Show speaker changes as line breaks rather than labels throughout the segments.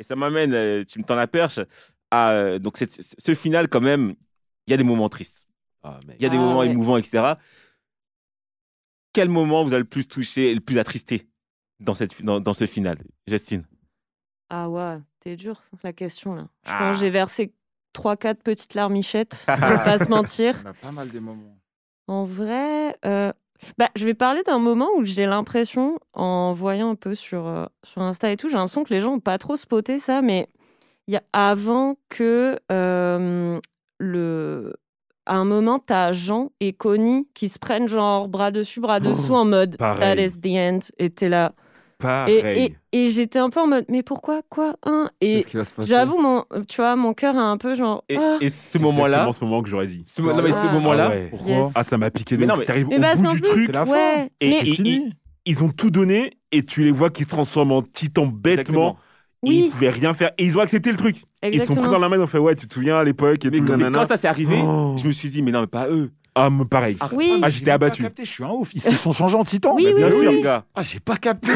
ça m'amène, euh, tu me tends la perche, à euh, donc cette- ce final quand même, il y a des moments tristes,
Ah, mec.
il y a des
Ah,
moments
ouais.
émouvants, etc. Quel moment vous a le plus touché, et le plus attristé dans, cette, dans, dans ce final, Justine
Ah ouais, t'es dur la question là. Je
Ah.
pense que j'ai versé 3-4 petites larmichettes, pour pas se mentir.
On a pas mal des moments.
En vrai, euh, bah, je vais parler d'un moment où j'ai l'impression, en voyant un peu sur, euh, sur Insta et tout, j'ai l'impression que les gens n'ont pas trop spoté ça, mais il y a avant que euh, le. À un moment, t'as Jean et Connie qui se prennent genre bras dessus, bras dessous en mode
Oh, pareil.
That is the end. Et t'es là.
Pareil.
Et, et, et j'étais un peu en mode Mais pourquoi Quoi Hein Et
Qu'est-ce qui va se passer
j'avoue, mon, tu vois, mon cœur a un peu genre.
et,
Ah.
et ce moment-là,
exactement ce moment que j'aurais dit.
ce, mo- non, mais ce
Ah.
moment-là,
Ah ouais.
Pourquoi
Yes.
Ah, ça m'a piqué.
Mais
de
non,
ouf.
mais-
T'arrives
Mais
au
bah,
bout
c'est
du
un peu-
truc.
C'est la fin.
Ouais.
Et-
mais-
Et-
C'est fini.
Ils ont tout donné et tu les vois qui se transforment en titans bêtement.
Exactement.
Et Ils
oui,
pouvaient rien faire. Et ils ont accepté le truc. Ils sont
exactement.
pris dans la main. Ils ont fait Ouais, tu te souviens à l'époque et
mais,
tout.
mais
nanana.
quand ça s'est arrivé,
Oh.
je me suis dit, mais non, mais pas eux.
Ah, mais pareil.
Oui.
mais
Ah,
j'ai
j'étais
même pas
abattu.
capté, je suis un ouf. Ils se sont changés en titan.
Oui,
Bah,
mais
oui,
bien
oui.
sûr.
gars.
Ah, j'ai pas capté.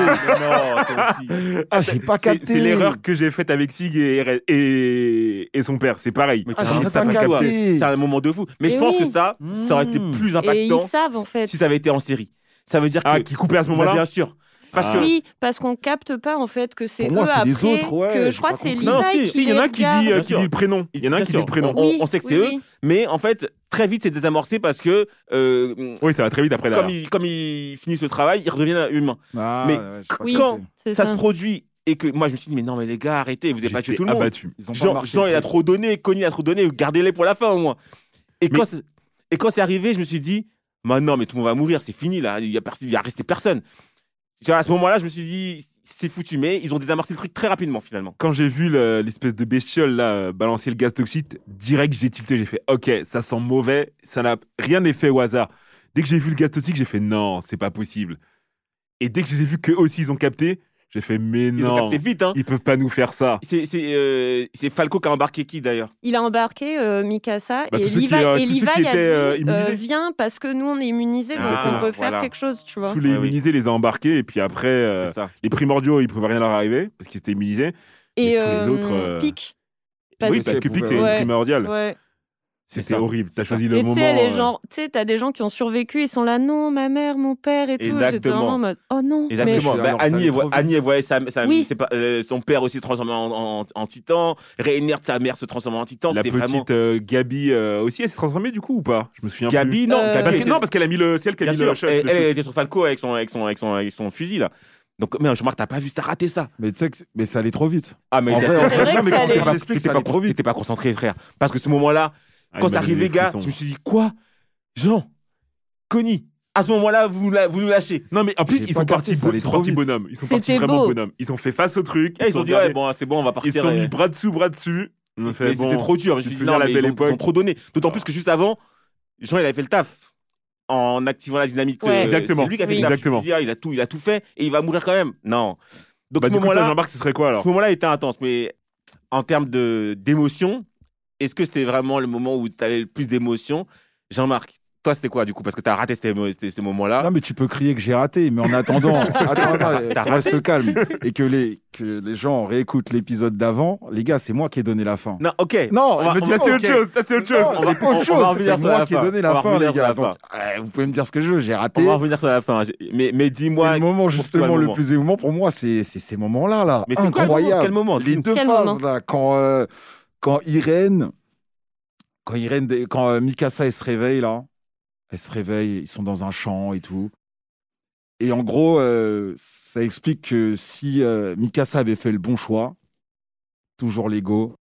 Ah, mais non, toi aussi.
Ah, j'ai pas
C'est-
capté.
C'est l'erreur que j'ai faite avec Sig et, et, et son père. C'est pareil.
Mais
Ah,
t'as
j'ai
un
pas
sac à
capté.
doigts. C'est un moment de fou. Mais je
Et
pense
Eh oui.
que ça, ça aurait été
Hmm.
Mmh.
plus
Et
impactant
ils savent en fait.
si ça avait été en série. Ça veut dire
Ah,
que.
qui coupait à ce
Bah,
moment-là Ah.
bien sûr. Parce que.
Oui, parce qu'on capte pas en fait que c'est
Pour moi,
eux
c'est les
après
autres, ouais,
que
j'ai
je crois
pas
que c'est
compris.
Levi
Non, si,
Si, il y en a un qui
regarde.
dit, euh,
Bien
qui
sûr.
dit le prénom. Il y en a un
Bien
qui dit
sûr.
le prénom.
On- on sait que c'est eux.
oui.
Mais en fait, très vite, c'est désamorcé parce que. euh,
Oui, ça va très vite après.
comme,
d'ailleurs.
ils, comme ils finissent le travail, ils redeviennent humains.
Ah,
Mais
ouais, j'ai pas
Oui.
capté.
C'est
Ça, se produit. Et que moi, je me suis dit, mais non, mais les gars, arrêtez, vous avez pas tué
J'étais
tout le monde.
abattu.
Ils ont pas
Jean,
marqué
Jean,
le
il a
truc.
trop donné, Connie a trop donné, gardez-les pour la fin au moins. Et
Mais-
quand c'est- et quand c'est arrivé, je me suis dit, bah non, mais tout le monde va mourir, c'est fini là, il n'y a, pers- il y a resté personne. Tu vois, à ce moment-là, je me suis dit, c'est foutu, mais ils ont désamorcé le truc très rapidement finalement.
Quand j'ai vu le- l'espèce de bestiole là, euh, balancer le gaz toxique, direct j'ai tilté, j'ai fait ok, ça sent mauvais, ça n'a rien n'est fait au hasard. Dès que j'ai vu le gaz toxique, j'ai fait non, c'est pas possible. Et dès que j'ai vu qu'eux aussi ils ont capté, j'ai fait mais
Ils
non,
ont capté vite, hein.
ils peuvent pas nous faire ça.
C'est c'est, euh, c'est Falco qui a embarqué qui d'ailleurs
Il a embarqué euh, Mikasa
Bah,
et
tous ceux qui,
Levi,
euh,
et
tous ceux
Levi
qui
a
étaient,
dit
euh,
euh,
immunisés.
viens parce que nous on est immunisés donc
Ah,
on peut
voilà.
faire quelque chose, tu vois.
Tous les
Ouais, Ah oui.
immunisés les ont embarqués et puis après euh,
C'est ça.
les primordiaux ils pouvaient rien leur arriver parce qu'ils étaient immunisés.
Et
tous les
euh,
autres, euh,
Pic. Parce
Oui,
que-
parce que Pic c'est
Ouais.
primordial.
Ouais.
C'est
C'était
ça.
horrible. T'as
C'est ça.
choisi le
Et tu
moment.
sais, les
euh,
gens, tu sais, t'as des gens qui ont survécu, ils sont là, non, ma mère, mon père et tout. J'étais
Exactement.
vraiment en mode, oh non. mais-
Exactement.
Mais-
Bah,
Alors, ça
Annie,
allait
elle voit-
trop vite.
Annie, elle voyait sa- sa-
Oui.
c'est pas- euh, son père aussi se transformer en, en- en titan. Reinhardt, sa mère se transformer en titan.
La
C'était
petite
vraiment.
euh, Gabi euh, aussi, elle s'est transformée du coup ou pas Je me souviens plus.
Gabi, non.
Euh,
Gabi
Parce que-
était-
non, parce qu'elle a mis le ciel, qu'elle a
Bien
mis le
sûr,
shot.
elle,
le
elle
shot.
était sur Falco avec son, avec son, avec son, avec son fusil là. Donc, mais je remarque, t'as pas vu, t'as raté ça.
Mais tu sais que c'est- mais ça allait trop vite.
Ah, mais
En
t'as-
vrai, en
C'est vrai
fait, non,
que
mais
ça allait-
quand on
t'étais
l'explique, ça
pas,
allait trop vite.
t'étais pas concentré, frère. Parce que ce moment-là,
Ah,
quand
il
c'est
m'a donné
arrivé,
des
gars,
frissons.
je me suis dit, quoi Jean, Connie, à ce moment-là, vous, la- vous nous lâchez.
Non, mais en plus,
J'ai
ils
pas
sont
capté,
partis,
ça
bon-
allait
ils sont
trop
partis
vite.
bonhomme. Ils sont partis
C'était
vraiment
beau.
bonhomme. Ils ont fait face au truc.
Eh, ils ont dit,
regardés.
ouais, bon, c'est bon, on va partir.
Ils sont
euh.
mis bras dessous, bras dessus. On a fait,
Mais
bon,
c'était trop dur. Je me
tu
suis
te
dit,
souviens
non,
la
mais ils
belle
ont, ils ont
époque.
trop donné. D'autant plus que juste avant, Jean, il avait fait le taf. En activant la dynamite.
Ouais.
Exactement.
C'est lui qui a fait
Oui.
le taf.
Exactement.
Je me suis dit, ah, il a tout, il a tout fait et il va mourir quand même. Non. Donc,
Bah,
ce
du coup, toi,
moment-là,
Jean-Marc, ce serait quoi alors
Ce moment-là était intense, mais en termes de- d'émotion, est-ce que c'était vraiment le moment où tu avais le plus d'émotion Jean-Marc, toi, c'était quoi du coup Parce que tu as raté ces, mo- ces- ce moment-là.
Non, mais tu peux crier que j'ai raté, mais en attendant, attends, attends,
T'as
reste calme et que les, que les gens réécoutent l'épisode d'avant. Les gars, c'est moi qui ai donné la fin.
Non, ok.
Non,
On va-
elle me
on
dit
Ça,
pas,
ah, c'est
ok.
autre chose. Ça, c'est autre chose.
Non, c'est pas
on va
autre chose.
revenir
C'est
sur la
moi qui ai
fin.
donné
On va
la fin,
revenir
les
sur la
gars. Donc, euh, vous pouvez me dire ce que je veux, j'ai
On
raté.
va revenir sur la fin. J'ai- Mais, mais
Mais
dis-moi.
le moment
trouver
justement
le
le
moment.
plus émouvant pour moi, c'est c'est ces moments-là, là.
Mais c'est quoi le moment Quel
Incroyable.
moment
Les
Dis-nous.
deux
Quel moment
phases là, quand euh, quand Irène, quand Irène, dé- quand euh, Mikasa elle se réveille là, elle se réveille, ils sont dans un champ et tout. Et en gros, euh, ça explique que si euh, Mikasa avait fait le bon choix, toujours l'ego,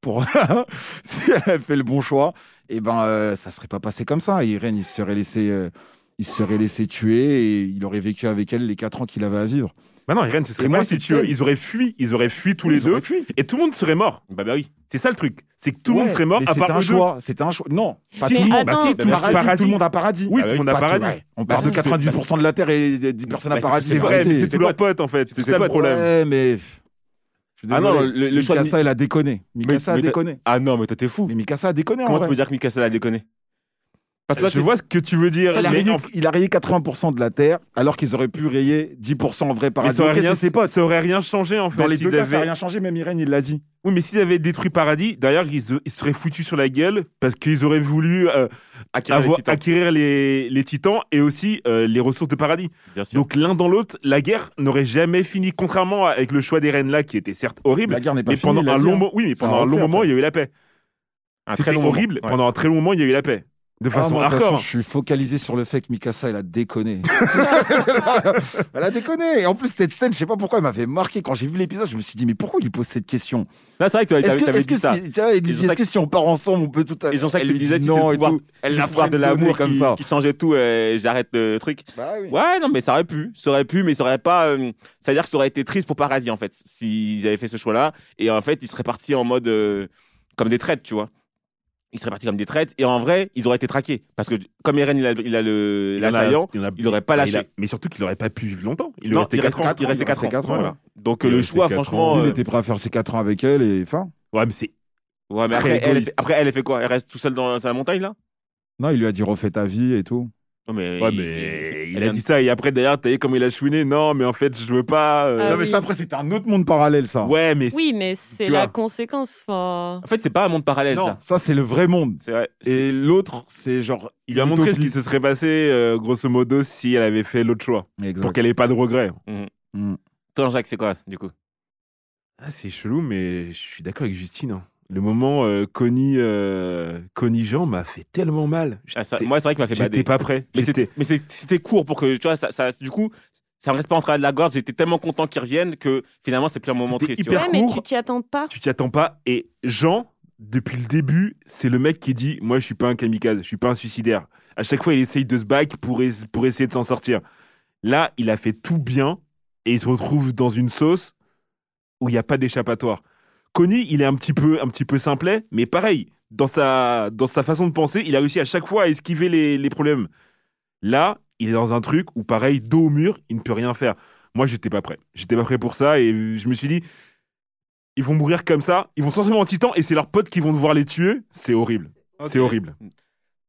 pour si elle avait fait le bon choix, et ben euh, ça serait pas passé comme ça. Irène, il se serait laissé, euh, il se serait laissé tuer et il aurait vécu avec elle les quatre ans qu'il avait à vivre.
Bah non, Irène, ce serait
Et moi,
pas si
cette
tu veux.
scène-
Ils auraient fui. Ils auraient fui tous les
Ils auraient
deux.
fui.
Et tout le monde serait mort.
Bah, bah oui.
C'est ça le truc. C'est que tout le monde
Ouais,
serait mort
mais
à
C'était
part
un
eux deux.
choix. C'était un choix. Non, pas
Si,
tout le
Mais
monde.
bah
attends.
si, tout le monde
Paradis,
paradis.
Tout le monde a paradis. Bah,
Oui,
Ah
tout
oui,
le monde a
Pas tout-
paradis.
ouais. On
Bah
parle de
oui, c'est-
90% de la Terre et des 10 personnes à
Bah, c'est-
paradis.
c'est
C'est
vrai,
vrai,
arrêtez.
mais c'est
c'est
tous leurs
potes.
potes en fait. C'est
C'est
ça le
potes.
problème.
Ouais, mais. Je suis
Ah non,
désolé.
le, le choix de Mi-
Mikasa, elle a déconné. Mikasa
mais
a
t'as-
déconné.
Ah non, mais toi, t'es fou.
Mais Mikasa a déconné en
Comment tu
vrai.
peux dire que Mikasa a déconné Parce que là,
je
c'est-
vois ce que tu veux dire.
Il a,
mais
rayé,
en-
il a rayé 80% de la Terre, alors qu'ils auraient pu rayer 10% en vrai
mais
paradis.
ça aurait,
Ok,
rien,
c'est ses potes.
ça aurait rien changé en fait.
Dans les
Ils
deux cas, ça n'a
avaient-
rien changé, même Irène, il l'a dit.
Oui, mais s'ils avaient détruit Paradis, d'ailleurs, ils, se- ils seraient foutus sur la gueule parce qu'ils auraient voulu euh,
acquérir les
avoir-
titans,
acquérir les, les titans et aussi euh, les ressources de Paradis.
bien sûr.
Donc l'un dans l'autre, la guerre n'aurait jamais fini, contrairement à- avec le choix des reines là, qui était certes horrible,
La guerre n'est pas
mais
finie,
pendant
il l'a
un
dit,
long
hein.
moment, oui, mais
Ça
pendant
a
un long
repris
moment,
après.
il y a eu la paix.
Un très
C'était
long moment.
horrible.
Ouais.
Pendant un très long moment, il y a eu la paix. De
Ah,
façon
moi, de toute façon,
hardcore.
je suis focalisé sur le fait que Mikasa, elle a déconné. elle a déconné. Et en plus, cette scène, je sais pas pourquoi, elle m'avait marqué. Quand j'ai vu l'épisode, je me suis dit, mais pourquoi il lui pose cette question
Là, c'est vrai que
Est-ce
t'avais-
que,
t'avais
est-ce que
dit ça.
si, tu vois, il lui
Ils ont
dit,
ça-
est-ce que si on part ensemble, on peut tout à
Et Jean-Jacques
Elle
lui disait
dit
si c'est
non
le
et
pouvoir,
tout.
elle
Ils
la
lui
pouvoir de
prennent son nez
l'amour
comme
qui,
ça.
qui changeait tout, euh, j'arrête le truc.
Bah oui.
Ouais, non, mais ça aurait pu, ça aurait pu, mais ça aurait pas. euh, C'est-à-dire que ça aurait été triste pour Paradis en fait, s'ils avaient fait ce choix-là. Et en fait, ils seraient partis en mode euh, comme des traites, tu vois. Ils seraient partis comme des traites. Et en vrai, ils auraient été traqués parce que comme Eren, il a, il a le
en a-
l'assaillant.
en a-
il aurait pas
mais il a-
lâché.
Mais surtout qu'il aurait pas pu vivre longtemps. Il lui
Non,
restait
il
4 ans.
restait- il restait 4 ans.
quatre ans,
voilà.
ouais.
Donc
Il
le
restait
choix,
quatre ans.
franchement.
Lui, il
euh,
était prêt à faire ses 4 ans avec elle et enfin.
Ouais, mais c'est.
ouais, mais
très
après, elle, elle fait,
égoïste.
après, elle, elle fait quoi Elle reste tout seule dans, dans la montagne là
Non, il lui a dit refais ta vie et tout.
Non, mais.
Ouais,
il-
mais
elle
il a
vient
dit ça et après, d'ailleurs, t'as vu comme il a chouiné. Non, mais en fait, je veux pas. euh,
Ah
non, mais
oui.
ça, après, c'était un autre monde parallèle, ça.
Ouais, mais.
Oui, mais c'est
Tu
la
vois.
conséquence. Enfin,
de- En fait, c'est pas un monde parallèle
Non,
ça.
ça, c'est le vrai monde.
C'est vrai.
Et l'autre, c'est genre.
Il lui a montré ce
l'utopie.
qui se serait passé, euh, grosso modo, si elle avait fait l'autre choix.
Exact.
Pour qu'elle ait pas de regrets.
Mm.
Toi, Jacques, c'est quoi du coup
Ah, c'est chelou, mais je suis d'accord avec Justine. hein. Le moment euh, Connie, euh, Connie Jean m'a fait tellement mal.
Ah, ça-
J'étais-
Moi, c'est vrai qu'il m'a fait bader.
J'étais pas prêt.
Mais
J'étais-
c'était, mais c'est- c'était court pour que, tu vois, ça, ça- du coup, ça me reste pas en train de la gorge. J'étais tellement content qu'ils reviennent que finalement, c'est plus un moment
C'était
triste. tu
hyper
vois.
ouais, mais
court.
tu t'y attends pas.
tu t'y attends pas. Et Jean, depuis le début, c'est le mec qui dit Moi, je suis pas un kamikaze, je suis pas un suicidaire. À chaque fois, il essaye de se back pour, es- pour essayer de s'en sortir. Là, il a fait tout bien et il se retrouve dans une sauce où il n'y a pas d'échappatoire. Connie, il est un petit peu, un petit peu simplet, mais pareil, dans sa, dans sa façon de penser, il a réussi à chaque fois à esquiver les, les problèmes. Là, il est dans un truc où, pareil, dos au mur, il ne peut rien faire. Moi, j'étais pas prêt. J'étais pas prêt pour ça et je me suis dit, ils vont mourir comme ça, ils vont se transformer en titans et c'est leurs potes qui vont devoir les tuer. C'est horrible. C'est horrible.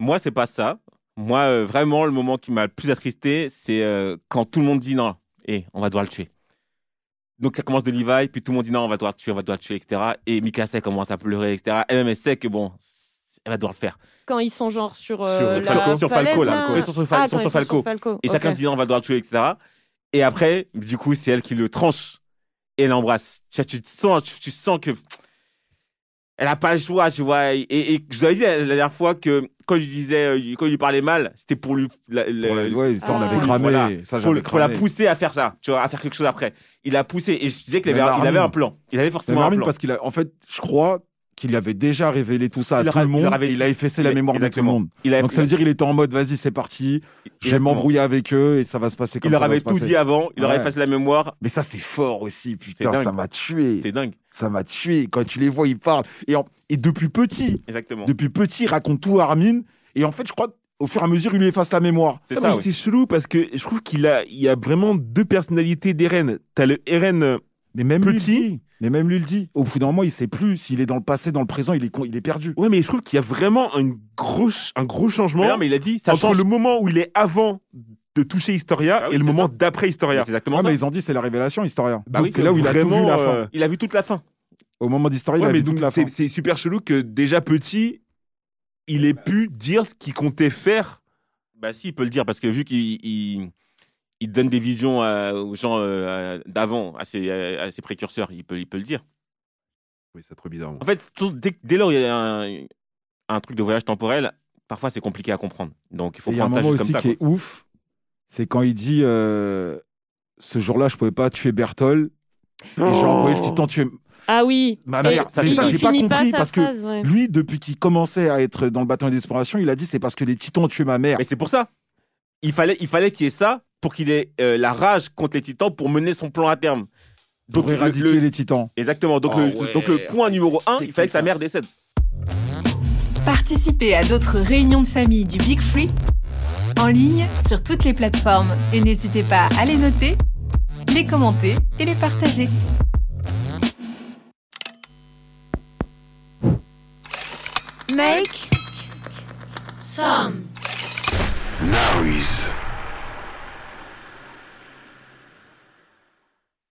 Moi, c'est pas ça. Moi, euh, vraiment, le moment qui m'a le plus attristé, c'est euh, quand tout le monde dit non, et on va devoir le tuer. Donc, ça commence de Levi, puis tout le monde dit non, on va devoir le tuer, on va devoir le tuer, etc. Et Mikasa elle commence à pleurer, etc. Elle-même, elle sait que bon, c'est- elle va devoir le faire.
Quand ils sont genre sur, euh,
Sur-
sur
la
Falco, sur Falco,
falaise,
là,
là.
Falco. Ils sont sur Fal-
Ah,
ils sont
quand
sur Falco. Et
ok.
chacun dit non, on va devoir le tuer, etc. Et après, du coup, c'est elle qui le tranche et l'embrasse. Tu, vois, tu te sens, tu, tu sens que elle a pas le choix, tu vois. Et, et je vous avais dit la dernière fois que quand il disait, euh, quand il lui parlait mal, c'était pour lui, la- la-
Pour la- ouais, ça, on
Ah.
l'avait cramé.
Voilà.
Ça,
pour,
j'avais
pour la
cramé.
pousser à faire ça, tu vois, à faire quelque chose après. Il a poussé et je disais qu'il
Mais
avait, un- il
Narmin.
avait un plan. Il avait
Mais
forcément un
Marmite,
plan.
parce qu'il a, en fait, je crois qu'il avait déjà révélé tout ça à
Il
tout
leur a-
le
il
monde.
leur avait
et il a
dit-
effacé la mémoire de tout le
Exactement.
monde.
Il avait-
Donc ça veut dire qu'il était en mode, vas-y, c'est parti, je vais
Exactement.
m'embrouiller avec eux et ça va se passer comme
Il leur
ça va
avait
se
tout
passer.
dit avant. Il leur avait
Ouais.
effacé la mémoire.
Mais ça, c'est fort aussi,
C'est
putain,
dingue.
ça m'a tué.
C'est dingue.
Ça m'a tué. Quand tu les vois, ils parlent. Et, en- et depuis petit,
Exactement.
depuis petit, il raconte tout à Armin. Et en fait, je crois, au fur et à mesure, il lui efface la mémoire.
C'est
Ah,
ça.
mais
ouais.
C'est chelou parce que je trouve qu'il a, il y a vraiment deux personnalités d'Eren. T'as le Eren euh,
Mais même lui,
petit.
mais même lui le dit. Au bout d'un moment, il sait plus. S'il est dans le passé, dans le présent, il est, con- il est perdu.
Ouais, mais je trouve qu'il y a vraiment une grosse, un gros changement
Mais non, mais il a dit, ça
entre
change.
le moment où il est avant de toucher Historia
Ah oui,
et le
c'est
moment
ça. Ah,
d'après
Mais
Historia.
C'est exactement
Ouais,
ça.
mais ils ont dit, c'est la révélation, Historia.
Bah
Donc,
oui,
c'est là où il a tout
vraiment,
vu, la fin.
euh,
Il a vu toute la fin.
Au moment d'Historia, il
Ouais,
a
mais
vu toute
donc,
la fin.
c'est- c'est super chelou que déjà petit, il ait pu dire ce qu'il comptait faire.
Bah si, il peut le dire parce que vu qu'il il, il donne des visions à- aux gens euh, à- d'avant, à ses, à ses précurseurs, il peut, il peut le dire.
Oui, c'est trop bizarre. moi.
En fait, tout- dès, dès lors il y a un, un truc de voyage temporel, parfois c'est compliqué à comprendre. Donc il faut
Et il y a un
prendre ça
moment
juste comme
aussi
ça.
qui
quoi.
est ouf, c'est quand il dit euh, ce jour-là, je pouvais pas tuer Bertol et j'ai envoyé le titan tuer
Ah oui.
ma
Ça,
mère.
ça,
Mais
c'est
ça,
dingue.
j'ai pas compris parce que
que.
lui, depuis qu'il commençait à être dans le bâton d'exploration, il a dit c'est parce que les titans ont tué ma mère.
Mais c'est pour ça. Il fallait il fallait qu'il y ait ça pour qu'il ait euh, la rage contre les titans pour mener son plan à terme.
Donc,
Donc, le-
éradiquer
le-
les titans.
Exactement. Donc,
Oh
le,
ouais.
donc le point numéro 1, il fallait que sa
Technique,
mère décède.
Participez à d'autres réunions de famille du Big Free en ligne sur toutes les plateformes et n'hésitez pas à les noter, les commenter et les partager.
Make some
Noise.